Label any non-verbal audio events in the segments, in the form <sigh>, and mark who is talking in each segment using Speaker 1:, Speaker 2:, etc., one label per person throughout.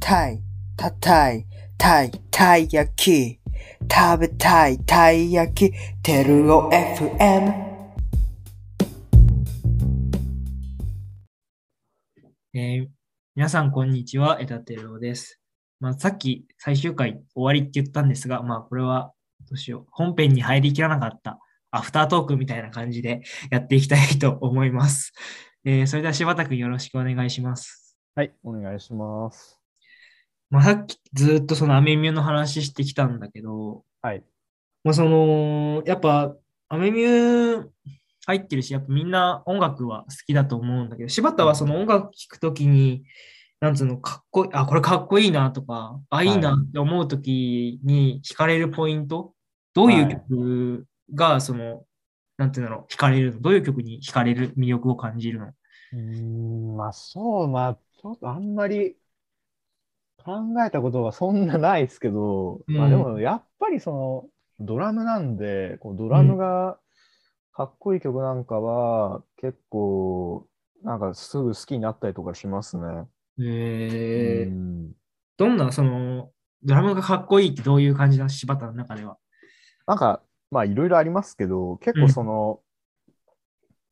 Speaker 1: たい、たたい、たい、たい焼き。食べたい、たい焼き。テルオ FM。
Speaker 2: えー皆さん、こんにちは。枝哲郎です。まあ、さっき最終回終わりって言ったんですが、まあ、これは、どうしよう。本編に入りきらなかったアフタートークみたいな感じでやっていきたいと思います。えーそれでは柴田君よろしくお願いします。
Speaker 3: はい、お願いします。
Speaker 2: まあ、さっきずっとそのアメミューの話してきたんだけど、
Speaker 3: はい。
Speaker 2: まあ、その、やっぱ、アメミュー入ってるし、やっぱみんな音楽は好きだと思うんだけど、柴田はその音楽聴くときに、なんつうの、かっこいい、あ、これかっこいいなとか、あ、いいなって思うときに惹かれるポイント、どういう曲が、その、なんていうんだろう、惹かれるのどういう曲に惹かれる魅力を感じるの
Speaker 3: うーん、まあそう、まあちょっとあんまり考えたことはそんなないですけど、
Speaker 2: うん
Speaker 3: まあでもやっぱりそのドラムなんで、こうドラムがかっこいい曲なんかは結構なんかすぐ好きになったりとかしますね。
Speaker 2: え
Speaker 3: うん
Speaker 2: どんな、その、ドラムがかっこいいってどういう感じなの柴田の中では。
Speaker 3: なんか、まあ、いろいろありますけど、結構その、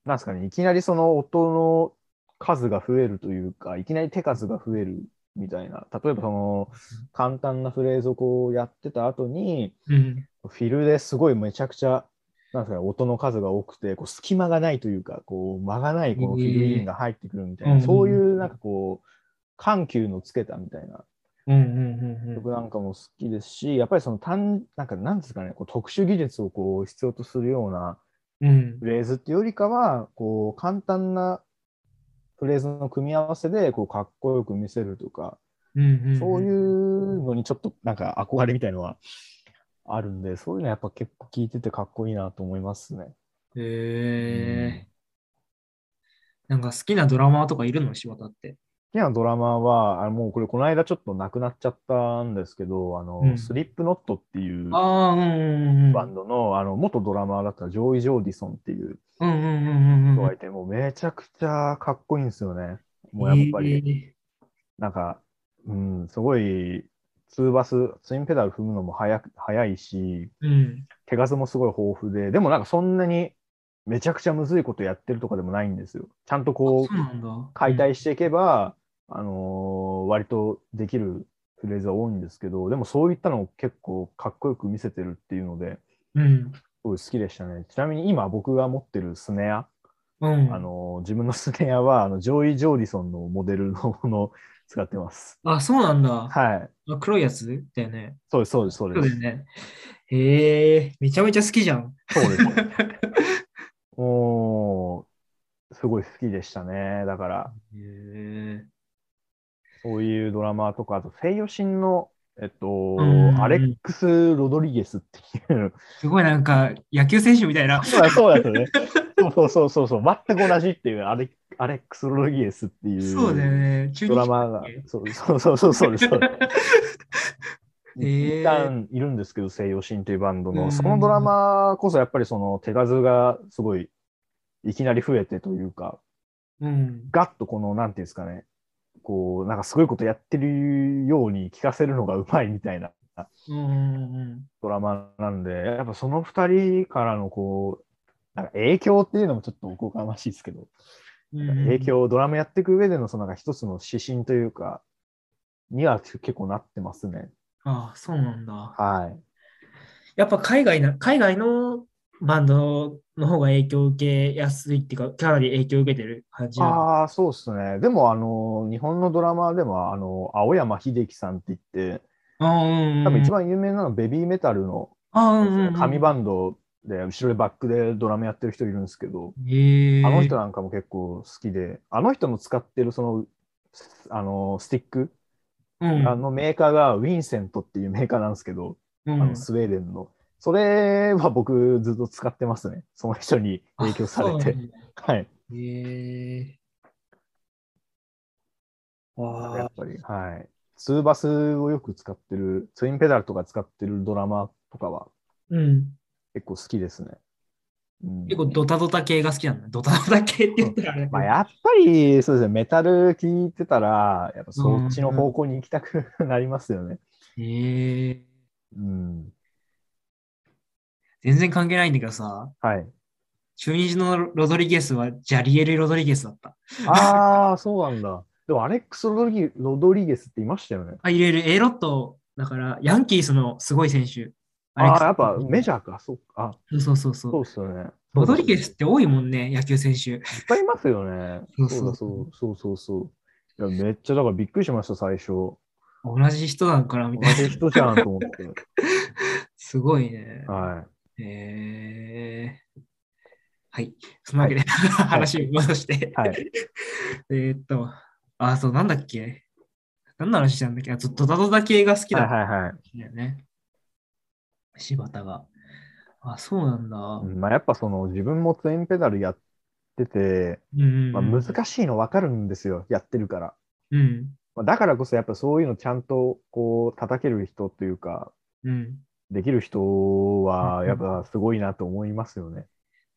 Speaker 3: なんですかね、いきなりその音の数が増えるというか、いきなり手数が増えるみたいな、例えばその、簡単なフレーズをこうやってた後に、
Speaker 2: うん。
Speaker 3: フィルですごいめちゃくちゃ、なんですかね、音の数が多くて、こう隙間がないというか、こう間がないこのフィルインが入ってくるみたいな、
Speaker 2: ええ
Speaker 3: そういうなんかこう、緩急のつけたみたいな
Speaker 2: うんうんうんうん。
Speaker 3: 曲なんかも好きですし、やっぱりその単、なんかなんですかね、こう特殊技術をこう必要とするような
Speaker 2: うん
Speaker 3: フレーズっていうよりかは、こう簡単なフレーズの組み合わせでこうかっこよく見せるとか、
Speaker 2: うん
Speaker 3: そういううのにちょっとなんか憧れみたいのはあるんで、そういうのやっぱ結構聞いててかっこいいなと思いますね。
Speaker 2: ん。へえ。なんか好きなドラマーとかいるの柴田って。
Speaker 3: 好きなドラマは、あもうこれこの間ちょっとなくなっちゃったんですけど、あの、
Speaker 2: うん
Speaker 3: スリップノットっていう
Speaker 2: あ
Speaker 3: バ
Speaker 2: あ、うんうんうん。うん
Speaker 3: ンドの、あの、元ドラマーだったジョイ・ジョーディソンっていう
Speaker 2: うんうんうんうん。
Speaker 3: 人がいて、もうめちゃくちゃかっこいいんですよね。もうやっぱり、
Speaker 2: り。
Speaker 3: なんか、うん、すごい、ツーバス、ツインペダル踏むのも早く早いし、
Speaker 2: うん。
Speaker 3: 手数もすごい豊富で、でもなんかそんなにめちゃくちゃむずいことやってるとかでもないんですよ。ちゃんとこ
Speaker 2: そううなんだ。
Speaker 3: 解体していけば、あのー割とできるフレーズは多いんですけど、でもそういったのを結構かっこよく見せてるっていうので、
Speaker 2: うん。
Speaker 3: すごい好きでしたね。ちなみに今僕が持ってるスネア、
Speaker 2: うん。
Speaker 3: あのー自分のスネアはあのジョイ・ジョーディソンのモデルのものを使ってます。
Speaker 2: あ、そうなんだ。
Speaker 3: はい。
Speaker 2: あ黒いやつだよね。
Speaker 3: そうです、そうです、そう
Speaker 2: そうだ
Speaker 3: で
Speaker 2: よ
Speaker 3: す。
Speaker 2: ね。へえ、めちゃめちゃ好きじゃん。
Speaker 3: そうです。もう、すごい好きでしたね。だから、
Speaker 2: へえ。
Speaker 3: そういうドラマとか、あと、西洋神の、えっと
Speaker 2: うん、
Speaker 3: アレックス・ロドリゲスっていう、
Speaker 2: すごいなんか野球選手みたいな。
Speaker 3: そうだそうだよね。そうそうそうそう、全く同じっていう、アレアレックス・ロドリゲスっていう
Speaker 2: そうだよね。中日
Speaker 3: ドラマが、そうそうそうそうそうです。そうです
Speaker 2: <laughs> へー
Speaker 3: 一旦いるんですけど、西洋神というバンド
Speaker 2: うん
Speaker 3: の、そのドラマこそやっぱりその手数がすごい、いきなり増えてというか、
Speaker 2: うん。
Speaker 3: ガッとこの、なんていうんですかね、こう、なんかすごいことやってるように聞かせるのがうまいみたいな
Speaker 2: うんうんうん。
Speaker 3: ドラマなんで、やっぱその二人からのこう、なんか影響っていうのもちょっとおこがましいですけど、
Speaker 2: うんうん
Speaker 3: 影響、ドラムやっていく上でのそのなんか一つの指針というか、には結構なってますね。
Speaker 2: ああ、そうなんだ。
Speaker 3: はい。
Speaker 2: やっぱ海外な、海外のバンドの方が影響を受けやすいっていうか、かなり影響を受けてる感じなの。
Speaker 3: ああ、そうですね。でも、あの、日本のドラマーでも、あの、青山秀樹さんって言って、
Speaker 2: あー、うんうん。
Speaker 3: 多分一番有名なのはベビーメタルの、
Speaker 2: あー、うんうんうん。
Speaker 3: 紙バンドで、後ろでバックでドラムやってる人いるんですけど、
Speaker 2: へえ。
Speaker 3: あの人なんかも結構好きで、あの人の使ってるその、あの、スティック、
Speaker 2: うん、
Speaker 3: あのメーカーがウィンセントっていうメーカーなんですけど、
Speaker 2: う
Speaker 3: あ
Speaker 2: ん、
Speaker 3: のスウェーデンの。それは僕ずっと使ってますね。その人に影響され
Speaker 2: あそう
Speaker 3: て
Speaker 2: な。んだ
Speaker 3: はい。
Speaker 2: へえ。
Speaker 3: や
Speaker 2: あ
Speaker 3: っぱり。はい。ツーバスをよく使ってる、ツインペダルとか使ってるドラマとかは
Speaker 2: ーうん。
Speaker 3: 結構好きですね。うん
Speaker 2: 結構ドタドタ系が好きなんだ。ドタドタ系って言ったらあれだけど
Speaker 3: まあ、やっぱり、そうですね、メタル聞いてたら、やっぱそっちの方向に行きたくなりますよね。
Speaker 2: へえ
Speaker 3: うん。
Speaker 2: 全然関係ないんだけどさ、
Speaker 3: はい。
Speaker 2: 中日のロドリゲスはジャリエル・ロドリゲスだった。
Speaker 3: ああ、そうなんだ。でも、アレックス・ロドリゲロドリゲスっていましたよね。
Speaker 2: あ、入れるエロット、だから、ヤンキースのすごい選手。
Speaker 3: ああー、やっぱメ
Speaker 2: ジ
Speaker 3: ジャーか。そうか。あ、
Speaker 2: ャー。そうそうそう。
Speaker 3: そうっすよね。
Speaker 2: ロドリゲスって多いもんね、野球選手。 <laughs>
Speaker 3: いっぱいいますよね。
Speaker 2: そ
Speaker 3: そうう
Speaker 2: そう
Speaker 3: だそうそうそうそう。いやめっちゃだからびっくりしました、最初。同
Speaker 2: 同じ人なんかな、みたいな。
Speaker 3: じ人じゃんと思
Speaker 2: <laughs>
Speaker 3: って。
Speaker 2: すごいね。
Speaker 3: は
Speaker 2: えーはい。そのわけで、 <laughs> 話を戻して。
Speaker 3: い。はい。
Speaker 2: えーっと、あ、そう、なんだっけ何の話したんだっけあ、ずっとドタドタ系が好き
Speaker 3: は
Speaker 2: だ
Speaker 3: いはいはい
Speaker 2: んだよね。柴田が。あ、そうなんだ。
Speaker 3: う
Speaker 2: うん
Speaker 3: まあ、やっぱその自分もツインペダルやってて、
Speaker 2: んうん。
Speaker 3: まあ、難しいの分かるんですよ、やってるから。
Speaker 2: うん。
Speaker 3: まあ、だからこそやっぱそういうのちゃんとこう叩ける人というか、
Speaker 2: うん。
Speaker 3: できる人
Speaker 2: う
Speaker 3: は
Speaker 2: ん
Speaker 3: やっぱすごいなと思いますよね。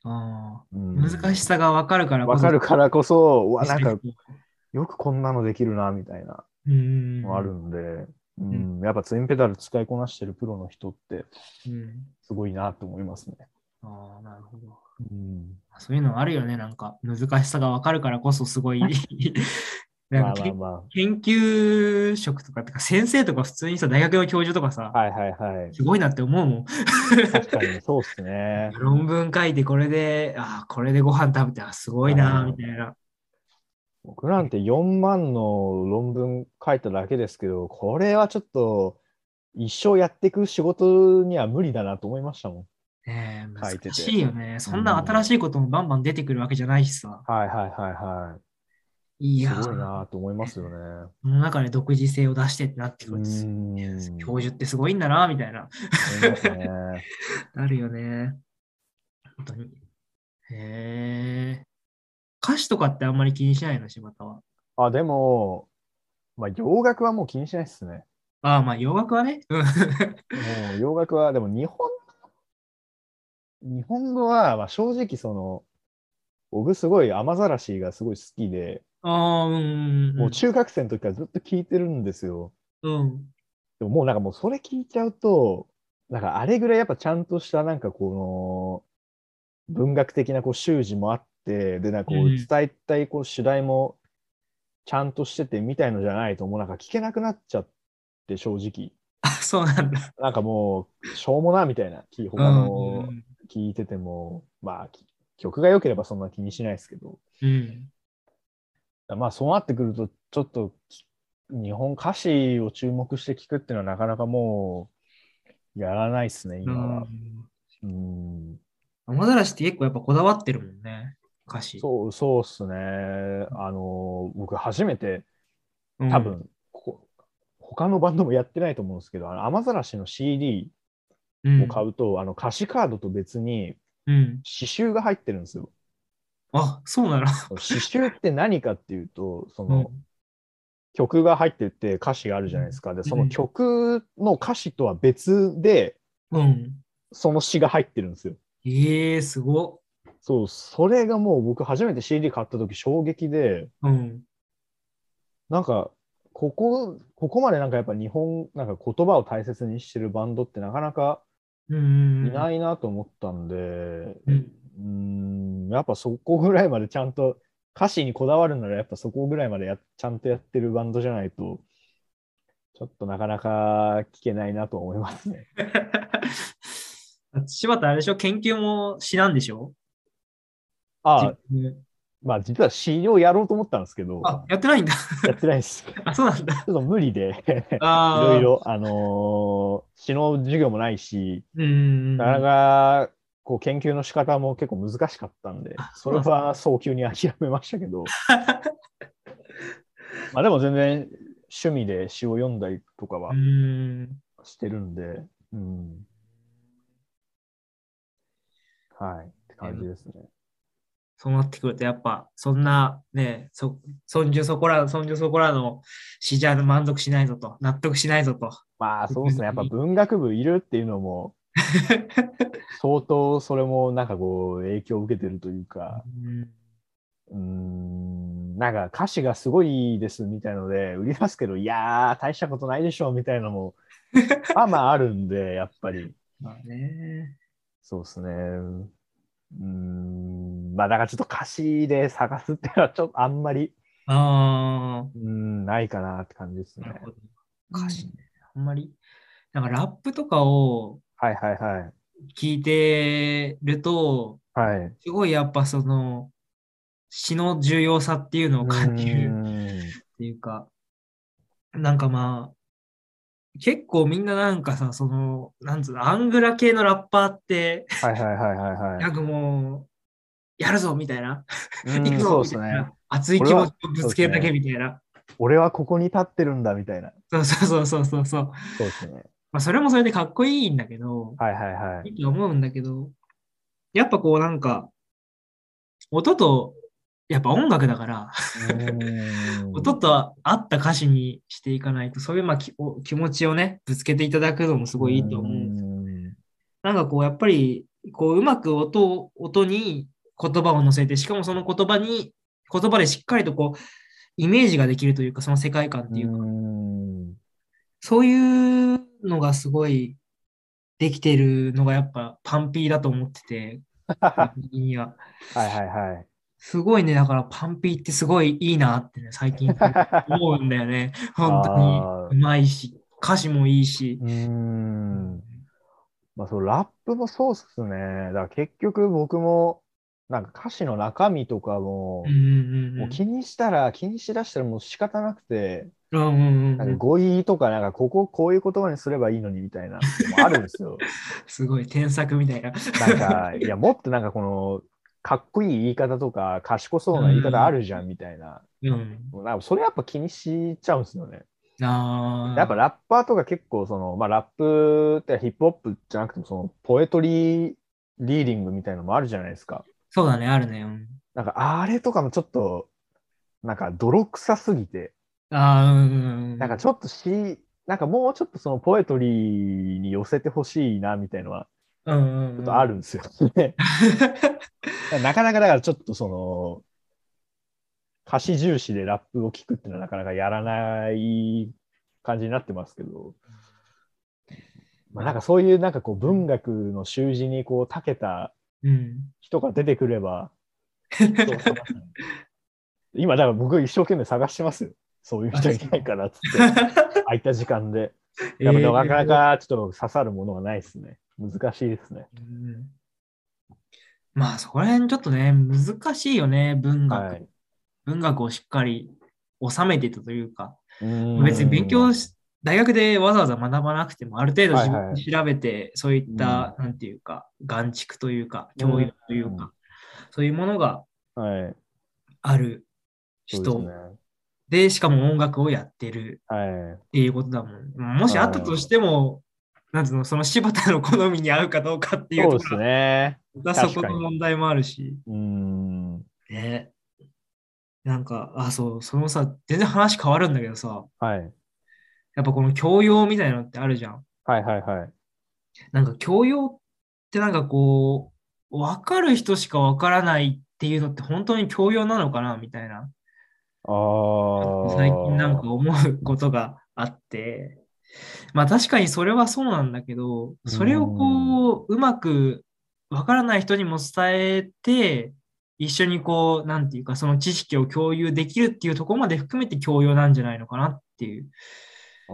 Speaker 2: あ
Speaker 3: うん、
Speaker 2: あ、難しさが分かるから
Speaker 3: 分かるからこそ、うわ、なんか
Speaker 2: う
Speaker 3: よくこんなのできるなみたいな。
Speaker 2: ん。
Speaker 3: あるんで、うんやっぱツインペダル使いこなしてるプロの人って
Speaker 2: うん。
Speaker 3: すごいなと思いますね。
Speaker 2: ああ、なるほど。
Speaker 3: うん、
Speaker 2: そういうのあるよね、なんか。難しさが分かるからこそす
Speaker 3: <laughs>
Speaker 2: ごい。なん
Speaker 3: まあ
Speaker 2: か
Speaker 3: まあま
Speaker 2: 研究職とか、てか先生とか普通にさ、大学の教授とかさ、
Speaker 3: あ。はいはいはい。
Speaker 2: すごいなって思うもん。。
Speaker 3: 確かにそうっすね <laughs>
Speaker 2: 論文書いて、これで、ああ、これでご飯食べて、あすごいな、
Speaker 3: うん
Speaker 2: みたいな。
Speaker 3: 僕なんて4万の論文書いただけですけど、これはちょっと一生やっていく仕事には無理だなと思いましたもん。
Speaker 2: ねえ
Speaker 3: 書いてて
Speaker 2: 難しいよね。そんな新しいこともバンバン出てくるわけじゃないしさ。
Speaker 3: はいはいはいはい。
Speaker 2: いやー、
Speaker 3: す
Speaker 2: そ
Speaker 3: ごいなと思いますよね。
Speaker 2: の中で独自性を出してってなってく
Speaker 3: う
Speaker 2: るんですよ。
Speaker 3: ん。
Speaker 2: 教授ってすごいんだな、みたいな。
Speaker 3: 思いますね。
Speaker 2: なるよね。本当に。へえ。歌詞とかってあんまり気にしないの、柴田は。
Speaker 3: あ、でも、まあ洋楽はもう気にしないっすね。
Speaker 2: ああ、まあ、洋楽はね。うん
Speaker 3: もう洋楽は、でも日本、日本語は、まあ、正直その、僕すごい雨ざらしがすごい好きで、
Speaker 2: ああ、うんうんうん。
Speaker 3: もう中学生の時からずっと聞いてるんですよ。
Speaker 2: うん。
Speaker 3: でももうなんかもうそれ聞いちゃうと、なんかあれぐらいやっぱちゃんとしたなんかこの文学的なこう習字もあって、でなんかこ
Speaker 2: う
Speaker 3: うん伝えたいこう主題もちゃんとしててみたいのじゃないともうなんか聞けなくなっちゃって正直。
Speaker 2: あ、そうなんだ。
Speaker 3: なんかもうしょうもなみたいな、き他
Speaker 2: う
Speaker 3: の
Speaker 2: ん
Speaker 3: 聞いてても、まあ、き曲が良ければそんな気にしないですけど、
Speaker 2: うん。
Speaker 3: まあ、そうなってくると、ちょっとき日本歌詞を注目して聞くっていうのは、なかなかもう、やらないですね、
Speaker 2: う
Speaker 3: 今
Speaker 2: ん
Speaker 3: は。。うん
Speaker 2: 雨ざらしって結構やっぱこだわってるもんね。歌詞。
Speaker 3: そうそうっすね。あの、僕、初めて、
Speaker 2: うん
Speaker 3: 多。分ここ他のバンドもやってないと思うんですけど、あの雨ざらしの CD
Speaker 2: うん。
Speaker 3: を買うと、あの歌詞カードと別に
Speaker 2: うん。
Speaker 3: 刺繍が入ってるんですよ。
Speaker 2: あ、そうなの。
Speaker 3: 刺繍って何かっていうと、そうの、
Speaker 2: ん
Speaker 3: 曲が入ってて歌詞があるじゃないですか。で、そ
Speaker 2: うん
Speaker 3: の曲の歌詞とは別で、
Speaker 2: うん。
Speaker 3: その詩が入ってるんですよ。
Speaker 2: ええ、すご
Speaker 3: そう、それがもう僕初めて CD 買った時衝撃で、
Speaker 2: っ。うん。
Speaker 3: なんか、ここ、ここまでなんかやっぱ日本、なんか言葉を大切にしてるバンドってなかなか
Speaker 2: うん。。
Speaker 3: いないいなと思ったんで、
Speaker 2: うん。
Speaker 3: うーん、やっぱそこぐらいまでちゃんと、歌詞にこだわるならやっぱそこぐらいまでやちゃんとやってるバンドじゃないと、ちょっとなかなか聞けないなと思いますね。
Speaker 2: 柴 <laughs> 田、あれでしょ研究もしなんでしょ
Speaker 3: ああ、
Speaker 2: 自分
Speaker 3: まあ実は CD をやろうと思ったんですけど、
Speaker 2: あ、や <laughs> ってないんだ。
Speaker 3: やってないです。ち <laughs>
Speaker 2: あ、そうなんだ。
Speaker 3: ょっと無理で、 <laughs> い
Speaker 2: ああ。
Speaker 3: ろい。ろ、あのー詩の授業もないし、
Speaker 2: うん。
Speaker 3: なかなかこう研究の仕方も結構難しかったんで
Speaker 2: あ、
Speaker 3: それは早急に諦めましたけ
Speaker 2: <laughs>
Speaker 3: ど、まあでも全然趣味で詩を読んだりとかは
Speaker 2: うん。
Speaker 3: してるんで、うん。はい、って感じですね。
Speaker 2: そうなってくると、やっぱ、そんな、ね、そ、そんじゅそこら、そんじゅそこらの死じゃ満足しないぞと、納得しないぞと。 <laughs>
Speaker 3: まあそうですね、やっぱ文学部いるっていうのも、相当それもなんかこう影響を受けてるというか、
Speaker 2: うん
Speaker 3: うーん、なんか歌詞がすごいですみたいので売りますけど、いやー、大したことないでしょみたいな
Speaker 2: <laughs>
Speaker 3: のも、まあまああるんで、やっぱり。
Speaker 2: まあね。
Speaker 3: そうですね。うーん、まあだからちょっと歌詞で探すっていうのはちょっとあんまり、
Speaker 2: ああ。
Speaker 3: うーん、ないかなって感じですね
Speaker 2: な。るほど。歌詞ね。あんまり。なんかラップとかを
Speaker 3: はいはいはい。
Speaker 2: 聞いてると、
Speaker 3: はい。
Speaker 2: すごいやっぱその、詩の重要さっていうのを感じ
Speaker 3: う
Speaker 2: る
Speaker 3: ーん
Speaker 2: っていうか、なんかまあ、結構みんななんかさ、その、なんつうの、アングラ系のラッパーって、
Speaker 3: はいはいはいはい
Speaker 2: な
Speaker 3: は
Speaker 2: んかもう、やるぞみたいな、
Speaker 3: い。
Speaker 2: 行く
Speaker 3: そ
Speaker 2: ぞ
Speaker 3: う
Speaker 2: み
Speaker 3: です
Speaker 2: たい
Speaker 3: ね
Speaker 2: な。、熱い気持ちをぶつけるだけみたいな。
Speaker 3: 俺はここに立ってるんだみたいな。
Speaker 2: そうそうそうそうそう。
Speaker 3: そうですね。
Speaker 2: まあ、それもそれでかっこいいんだけど、
Speaker 3: はいはいはい
Speaker 2: <laughs> い。いと思うんだけど、やっぱこうなんか、音と、やっぱ音楽だから、音と合った歌詞にしていかないと、そういうまあきお気持ちをね、ぶつけていただくのもす
Speaker 3: す
Speaker 2: ごいいいと思う。
Speaker 3: う。
Speaker 2: なんかこう、やっぱり、こう、うまく音を、音に言葉を乗せて、しかもその言葉に、言葉でしっかりとこう、イメージができるというか、その世界観っていうか、
Speaker 3: ん。
Speaker 2: そういうのがすごいできてるのがやっぱパンピーだと思って <laughs> て、個人的には。
Speaker 3: はいはいはい。
Speaker 2: すごいね、だからパンピーってすごいいいなってね、最近思うんだよ
Speaker 3: <laughs>
Speaker 2: ね。本
Speaker 3: あ
Speaker 2: 当
Speaker 3: ー
Speaker 2: に。うまいし、歌詞もいいし
Speaker 3: う。ーん。まあ、そう、ラップもそうっすね。だから結局僕も、なんか歌詞の中身とかも
Speaker 2: うん、うんうんう
Speaker 3: もうん気にしたら、気にしだしたらもう仕方なくて、
Speaker 2: うんうん
Speaker 3: なん
Speaker 2: う
Speaker 3: か
Speaker 2: ん。
Speaker 3: 語彙とか、なんかこここういう言葉にすればいいのにみたいな、あるんですよ。
Speaker 2: すごい添削みたいな。
Speaker 3: なんか、いや、もっとなんかこの、かっこいい言い方とか、賢そうな言い方あるじゃんみたいな。
Speaker 2: <laughs> うん。
Speaker 3: もうなんかそれやっぱ気にしちゃうんですよね。
Speaker 2: ああ。
Speaker 3: やっぱラッパーとか結構その、まあ、ラップってヒップホップじゃなくてもそのポエトリーリーディングみたいのもあるじゃないですか。
Speaker 2: そうだね、あるね。うん
Speaker 3: なんかあれとかもちょっとなんか泥臭すぎて
Speaker 2: ああ、うんうんうん。
Speaker 3: なんかちょっとしなんかもうちょっとそのポエトリーに寄せてほしいなみたいのは
Speaker 2: うんうんうん
Speaker 3: ちょっとあるんですよ、ね <laughs> なかなかだからちょっとその歌詞重視でラップを聞くっていうのはなかなかやらない感じになってますけど、まあ、なんかそういうなんかこう文学の習字にこう長けた
Speaker 2: うん。
Speaker 3: 人が出てくればそうそう今だから僕一生懸命探してますよそういう人いないからっつって空いた時間で <laughs> やっぱなかなかちょっと刺さるものはないですね難しいですね
Speaker 2: うんまあそこら辺ちょっとね難しいよね文学、
Speaker 3: はい
Speaker 2: 文学をしっかり収めてたというか別
Speaker 3: 別
Speaker 2: に勉強し大学でわざわざ学ばなくてもある程度
Speaker 3: はい
Speaker 2: 自
Speaker 3: はい
Speaker 2: 分で調べて、そういった、なんていうか眼蓄というか教育というか、
Speaker 3: う
Speaker 2: そういうものが
Speaker 3: はい
Speaker 2: ある
Speaker 3: そう
Speaker 2: 人
Speaker 3: です
Speaker 2: で,、
Speaker 3: ね
Speaker 2: しかも音楽をやってる
Speaker 3: はい
Speaker 2: っていうことだもんもしあったとしても、なんつうのその柴田の好みに合うかどうかっていう
Speaker 3: そう
Speaker 2: と
Speaker 3: で
Speaker 2: こ
Speaker 3: す
Speaker 2: ろ
Speaker 3: ね
Speaker 2: またそこの問題もあるし。
Speaker 3: うん
Speaker 2: ね。なんか、あ、そう、そのさ、全然話変わるんだけどさ、
Speaker 3: はい
Speaker 2: やっぱこの教養みたいなのってあるじゃん。
Speaker 3: はいはいはい
Speaker 2: なんか教養ってなんかこう、わかる人しかわからないっていうのって本当に教養なのかなみたいな、
Speaker 3: あー
Speaker 2: 最近なんか思うことがあって、まあ確かにそれはそうなんだけど、それをこう、うまくわからない人にも伝えて、一緒にこう、なんていうか、その知識を共有できるっていうところまで含めて教養なんじゃないのかなっていう
Speaker 3: あ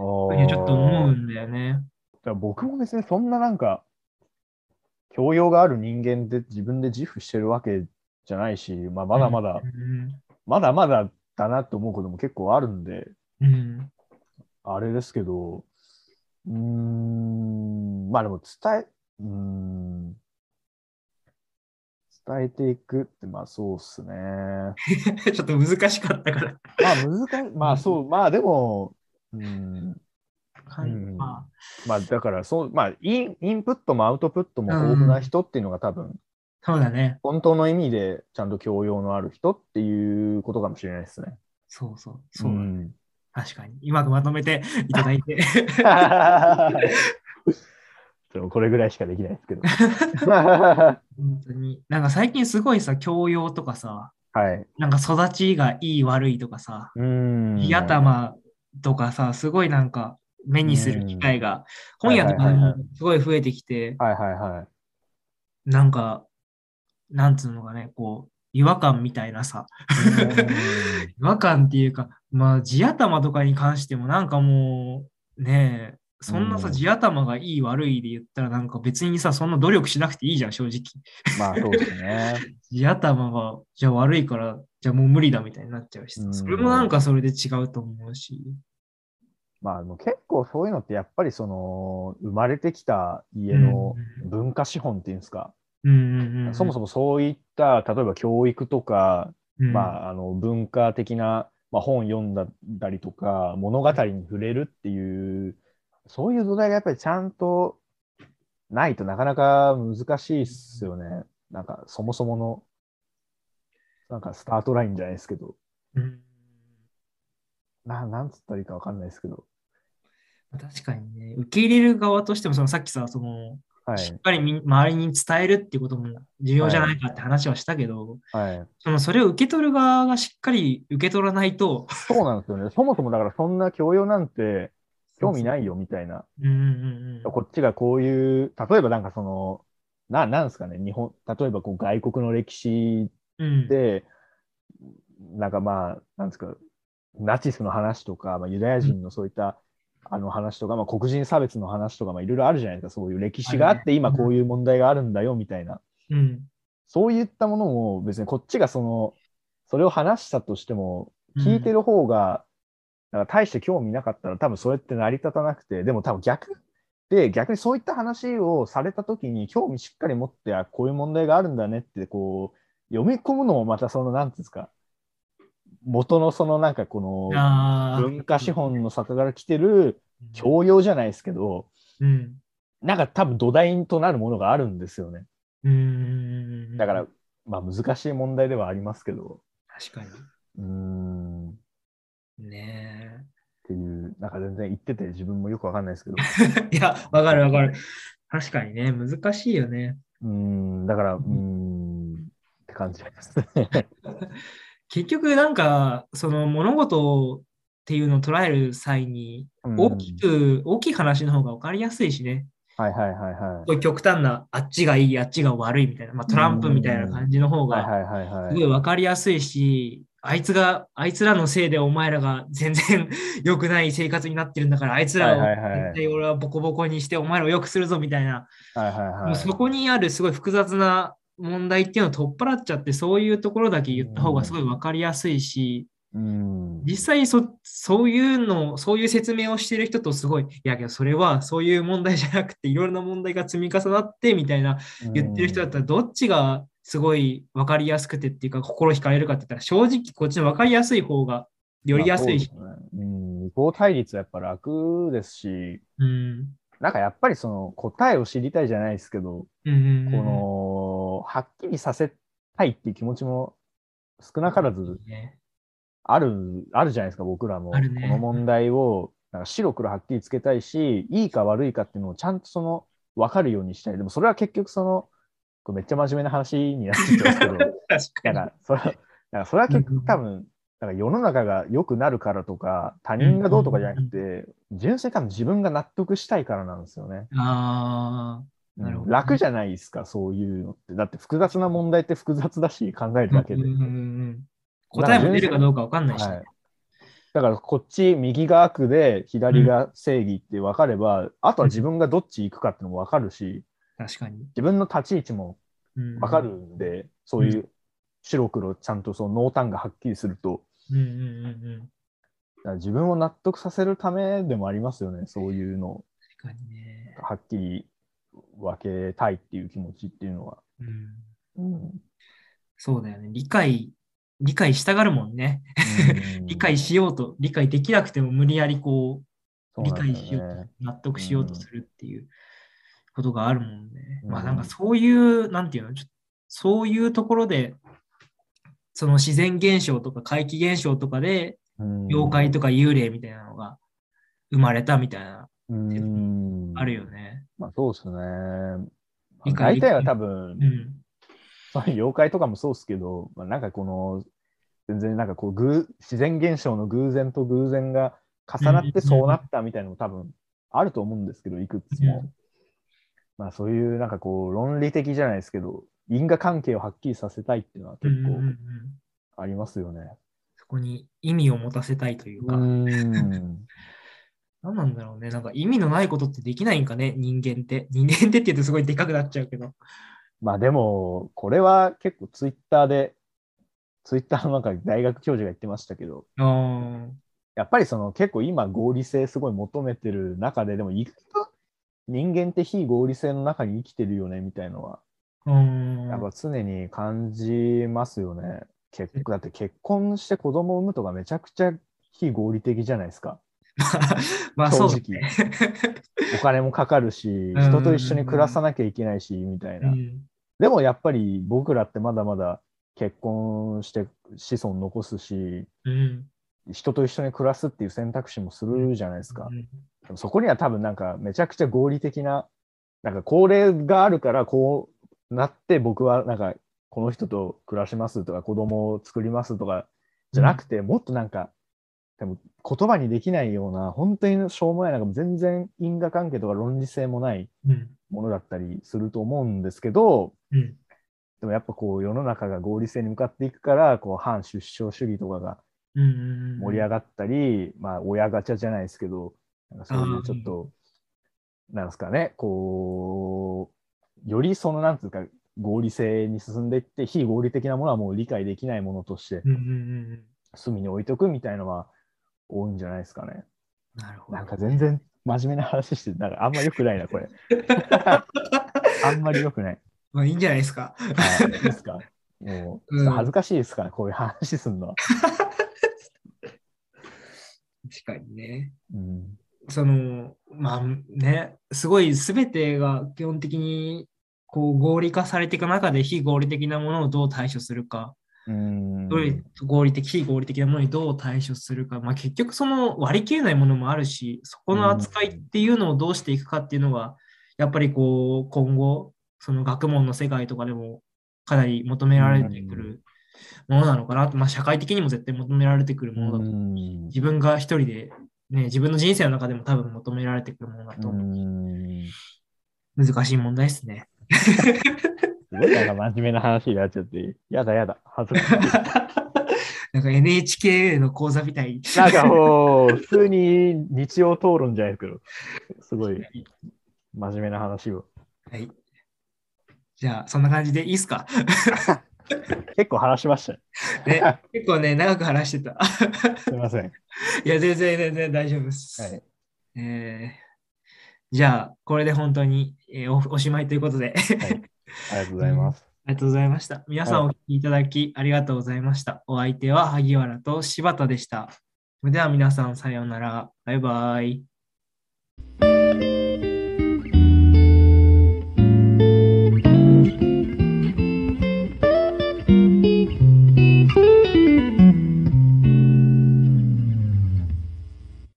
Speaker 2: ふう
Speaker 3: ー
Speaker 2: にちょっと思うんだよね。
Speaker 3: だから僕も別にそんななんか、教養がある人間で自分で自負してるわけじゃないし、まあ、まだまだ、まだまだだなと思うことも結構あるんで、
Speaker 2: うん。うん。 <laughs>
Speaker 3: あれですけど、うーん、まあでも伝え、うーん、伝えていくって、まあそうっすね。
Speaker 2: ちょっと難しかったから。
Speaker 3: まあ難し
Speaker 2: <laughs>
Speaker 3: い、まあそう、まあでも、うん、ん
Speaker 2: ま
Speaker 3: まあだからそう、まあインインプットもアウトプットも豊富な人っていうのが多分、
Speaker 2: あ、そうだね。
Speaker 3: 本当の意味でちゃんと教養のある人っていうことかもしれないですね。
Speaker 2: そうそう。そう、
Speaker 3: ん、 <laughs>
Speaker 2: <laughs> 確かに。うまくまとめていただいて。
Speaker 3: 確ちょっとこれぐらいしかできない
Speaker 2: <laughs>
Speaker 3: ですけど。は
Speaker 2: 本当に。なんか最近すごいさ、教養とかさ、
Speaker 3: い。
Speaker 2: なんか育ちがいい悪いとかさ、
Speaker 3: うーん。
Speaker 2: 火頭とかさ、すごいなんか目にする機会が、本屋とかで
Speaker 3: はいはい
Speaker 2: も
Speaker 3: はい
Speaker 2: すごい増えてきて、
Speaker 3: はいはいはい。
Speaker 2: なんか、なんつうのかね、こう、違和感みたいなさ、違和感っていうか、まあ、地頭とかに関してもなんかもう、ねえ、そんなさ、
Speaker 3: うん
Speaker 2: 地頭がいい悪いで言ったらなんか別にさ、そんな努力しなくていいじゃん、正直。
Speaker 3: まあそうですね。
Speaker 2: 地頭が、じゃあ悪いから、じゃあもう無理だみたいになっちゃうし
Speaker 3: う
Speaker 2: さ、
Speaker 3: ん
Speaker 2: それもなんかそれで違うと思うし。
Speaker 3: まあでも結構そういうのってやっぱりその生まれてきた家の文化資本っていうんですか、
Speaker 2: うんうんうん、
Speaker 3: そもそもそういった例えば教育とか、
Speaker 2: も
Speaker 3: まああの文化的な、まあ、本読んだりとか物語に触れるっていうそういう土台がやっぱりちゃんとないとなかなか難しいっすよねなんかそもそものなんかスタートラインじゃないですけど
Speaker 2: うん、
Speaker 3: ななんつったらいいかわかんないですけど
Speaker 2: 確かにね、受け入れる側としても、そのさっきさ、その、
Speaker 3: は
Speaker 2: しっ
Speaker 3: い
Speaker 2: かりみ周りに伝えるっていうことも重要じゃないかって話はしたけど、
Speaker 3: はい
Speaker 2: そのそれを受け取る側がしっかり受け取らないと、
Speaker 3: そうなんですよね。そもそもだからそんな教養なんて興味ないよみたいな。
Speaker 2: うんうんうん。
Speaker 3: こっちがこういう、例えばなんかその、ななんですかね、日本、例えばこう外国の歴史
Speaker 2: うん、
Speaker 3: で、なんかまあ、なんですか、ナチスの話とか、まあ、ユダヤ人のそういった、あの話とか、まあ、黒人差別の話とか、まあ、いろいろあるじゃないですか、そういう歴史があっ
Speaker 2: あ
Speaker 3: て、今こういう問題があるんだよみたいな。
Speaker 2: うん、
Speaker 3: そういったものも別にこっちがその、それを話したとしても、聞いて
Speaker 2: る。
Speaker 3: る方が、なんか大して興味なかったら多分それって成り立たなくて、でも多分逆で、逆にそういった話をされた時に興味しっかり持って、あ、こういう問題があるんだねって、こう、読み込むのもまたその、なんていうんですか、元のそのなんかこの
Speaker 2: ああ。
Speaker 3: 文化資本の作から来てる
Speaker 2: うん
Speaker 3: 教養じゃないですけど、
Speaker 2: うん。
Speaker 3: なんか多分土台となるものがあるんですよね。
Speaker 2: うんうんうん。
Speaker 3: だから、、まあ難しい問題ではありますけど、
Speaker 2: 確か
Speaker 3: うーん、っ
Speaker 2: に。ね <laughs> え。
Speaker 3: ていう、なんか全然言ってて自分もよくわかんないですけど、
Speaker 2: いや、わかるわかる。確かにね、難しいよね。
Speaker 3: うーん、だから、うーん、って感じですね。
Speaker 2: <laughs> 結局、なんか、その物事っていうのを捉える際に、大きく、大きい話の方が分かりやすいしね。
Speaker 3: うん。はいはいはいは
Speaker 2: すごい極端な、あっちがいい、あっちが悪いみたいな、まあ、トランプみたいな感じの方
Speaker 3: い。はい
Speaker 2: が、
Speaker 3: はいはいは
Speaker 2: す
Speaker 3: い。
Speaker 2: ごい分かりやすいし、あいつが、あいつらのせいでお前らが全然 <laughs> 良くない生活になってるんだから、あいつらを
Speaker 3: はいはいはい
Speaker 2: 絶対俺はボコボコにしてお前らを良くするぞみたいな、
Speaker 3: はいはいは
Speaker 2: もう
Speaker 3: い。
Speaker 2: そこにあるすごい複雑な問題っていうのを取っ払っちゃって、そういうところだけ言った方がすごい分かりやすいし、
Speaker 3: うん。
Speaker 2: 実際そ、そういうの、そういう説明をしてる人とすごい、いやけどそれはそういう問題じゃなくて、いろんな問題が積み重なってみたいな言ってる人だったら、どっちがすごい分かりやすくてっていうか、心惹かれるかって言ったら、正直こっちの分かりやすい方がよりやすいし。
Speaker 3: まあそうですねうん。移行対立はやっぱ楽ですし、
Speaker 2: うん
Speaker 3: なんかやっぱりその答えを知りたいじゃないですけど、
Speaker 2: うんうんうん
Speaker 3: この、はっきりさせたいっていう気持ちも少なからず
Speaker 2: ね
Speaker 3: ある、あるじゃないですか、僕らも。
Speaker 2: あるね
Speaker 3: この問題を、なんか白黒はっきりつけたいし、いいか悪いかっていうのをちゃんとその、分かるようにしたい。でもそれは結局その、これめっちゃ真面目な話になってきてますけ
Speaker 2: <laughs>
Speaker 3: ど、
Speaker 2: 確か
Speaker 3: な
Speaker 2: に
Speaker 3: ん。か、それは、なんかそれは結
Speaker 2: うんうん
Speaker 3: 局多分、なんか世の中が良くなるからとか、他人がどうとかじゃなくて、純粋に多分自分が納得したいからなんですよね。
Speaker 2: ああ、なるほど
Speaker 3: 楽じゃないですか、そういうのって。だって複雑な問題って複雑だし、考えるだけで。
Speaker 2: うんうんうんうん答えも出るかどうかわかんないしね、
Speaker 3: はい、だからこっち右が悪で左が正義って分かれば、あとは自分がどっち行くかってのも分かるし、
Speaker 2: 確かに。
Speaker 3: 自分の立ち位置も
Speaker 2: うん
Speaker 3: 分かる。んで、そういう白黒ちゃんとその濃淡がはっきりすると
Speaker 2: うんうんうんうん。
Speaker 3: だから自分を納得させるためでもありますよねそういうのを
Speaker 2: 確かにね。
Speaker 3: はっきり分けたいっていう気持ちっていうのは。
Speaker 2: うん、
Speaker 3: うんうん
Speaker 2: そうだよね。理解、理解したがるもんね。 <laughs> 理解しようと、理解できなくても無理やりこう、
Speaker 3: そう
Speaker 2: 理
Speaker 3: なん
Speaker 2: 解
Speaker 3: です
Speaker 2: しよ
Speaker 3: よ
Speaker 2: うと、
Speaker 3: ね
Speaker 2: 納得しようとするっていうことがあるもんね。
Speaker 3: うん
Speaker 2: まあなんかそういう、なんていうの、ちょっとそういうところで、その自然現象とか怪奇現象とかで、
Speaker 3: うん
Speaker 2: 妖怪とか幽霊みたいなのが生まれたみたいな、
Speaker 3: うん
Speaker 2: あるよね。
Speaker 3: まあそうですね。
Speaker 2: 理解
Speaker 3: 大体は
Speaker 2: でき
Speaker 3: 多分
Speaker 2: う、ん。
Speaker 3: <laughs> その妖怪とかもそうですけど、まあ、なんかこの、全然なんかこう偶、自然現象の偶然と偶然が重なってそうなったみたいなのも多分あると思うんですけど、いくつも。まあそういうなんかこう、論理的じゃないですけど、因果関係をはっきりさせたいっていうのは
Speaker 2: うん
Speaker 3: 結
Speaker 2: うんうん
Speaker 3: 構ありますよね。
Speaker 2: そこに意味を持たせたいという
Speaker 3: う
Speaker 2: か、
Speaker 3: ん。
Speaker 2: 何なんだろうね。なんか意味のないことってできないんかね、人間って。 <laughs> 人間ってって言うとすごいでかくなっちゃうけど。
Speaker 3: まあでも、これは結構ツイッターで、ツイッターのなんか大学教授が言ってましたけど、
Speaker 2: あー
Speaker 3: やっぱりその結構今合理性すごい求めてる中で、でも意外と人間って非合理性の中に生きてるよねみたいのは、
Speaker 2: うーん。
Speaker 3: やっぱ常に感じますよね。結構だって結婚して子供を産むとかめちゃくちゃ非合理的じゃないですか。
Speaker 2: <laughs> まあ
Speaker 3: 正
Speaker 2: そう
Speaker 3: 直
Speaker 2: だね。
Speaker 3: お金もかか
Speaker 2: <laughs>
Speaker 3: るし、
Speaker 2: ん
Speaker 3: 人と一緒に暮らさなきゃいけないし、みたいうな。
Speaker 2: ん
Speaker 3: でもやっぱり僕らってまだまだ結婚して子孫残すし、
Speaker 2: うん。
Speaker 3: 人と一緒に暮らすっていう選択肢もするじゃないですか
Speaker 2: う。ん
Speaker 3: でもそこには多分なんかめちゃくちゃ合理的な、なんかこれがあるからこうなって僕はなんかこの人と暮らしますとか子供を作りますとかじゃなくて、もっとなんか、でも言葉にできないような、本当にしょうもない、なんか全然因果関係とか論理性もない
Speaker 2: うん。
Speaker 3: ものだったりすると思うんですけど、
Speaker 2: うん。
Speaker 3: でもやっぱこう世の中が合理性に向かっていくからこう反出生主義とかが
Speaker 2: うん。
Speaker 3: 盛り上
Speaker 2: が
Speaker 3: がったり、まあ親ガチャじゃないですけどなんかそういうちょっとなんですかねこうよりそのなんつうか合理性に進んでいって非合理的なものはもう理解できないものとして
Speaker 2: うんうんうんうん。
Speaker 3: 隅に置いとくみたいのは多いんじゃないですかね。
Speaker 2: なるほど。
Speaker 3: なんか全然真面目な話してなんかあんま良くないな
Speaker 2: <laughs>
Speaker 3: これ。あんまり良くない。
Speaker 2: まあいいんじゃないですか。
Speaker 3: はいいいですか。も
Speaker 2: う
Speaker 3: う、
Speaker 2: ん
Speaker 3: ちょっと恥ずかしいですから、こういう話すんのは。
Speaker 2: 確かにね。
Speaker 3: うん。
Speaker 2: その、まあね、すごい全てが基本的にこう合理化されていく中で非合理的なものをどう対処するか、
Speaker 3: うん
Speaker 2: どれ合理的、非合理的なものにどう対処するか、まあ、結局その割り切れないものもあるし、そこの扱いっていうのをどうしていくかっていうのが、やっぱりこう今後、その学問の世界とかでもかなり求められてくるものなのかなと、まあ、社会的にも絶対求められてくるものだと思う
Speaker 3: うん
Speaker 2: 自分が一人で、ね、自分の人生の中でも多分求められてくるものだと
Speaker 3: う
Speaker 2: 思う、
Speaker 3: ん
Speaker 2: 難しい問題ですね。 <laughs>
Speaker 3: すごいなんか真面目な話になっちゃって、やだやだ、恥ずかし
Speaker 2: なんか NHK の講座みたい。 <laughs>
Speaker 3: い。なんかもう、普通に日曜討論じゃないけど、すごい真面目な話を。
Speaker 2: はい。じゃあ、そんな感じでいいです
Speaker 3: <laughs>
Speaker 2: か
Speaker 3: 結構話しましたね。
Speaker 2: ね結構ね、長く話してた。 <laughs>
Speaker 3: すみません。
Speaker 2: いや、全然全然大丈夫です。
Speaker 3: はい
Speaker 2: えーじゃあ、これで本当に、えーおおしまいということで、 <laughs>
Speaker 3: ありがとうございます。
Speaker 2: ありがとうございました。皆さんお聞きいただきありがとうございました。お相手は萩原と柴田でした。それでは皆さんさようなら。バイバイ。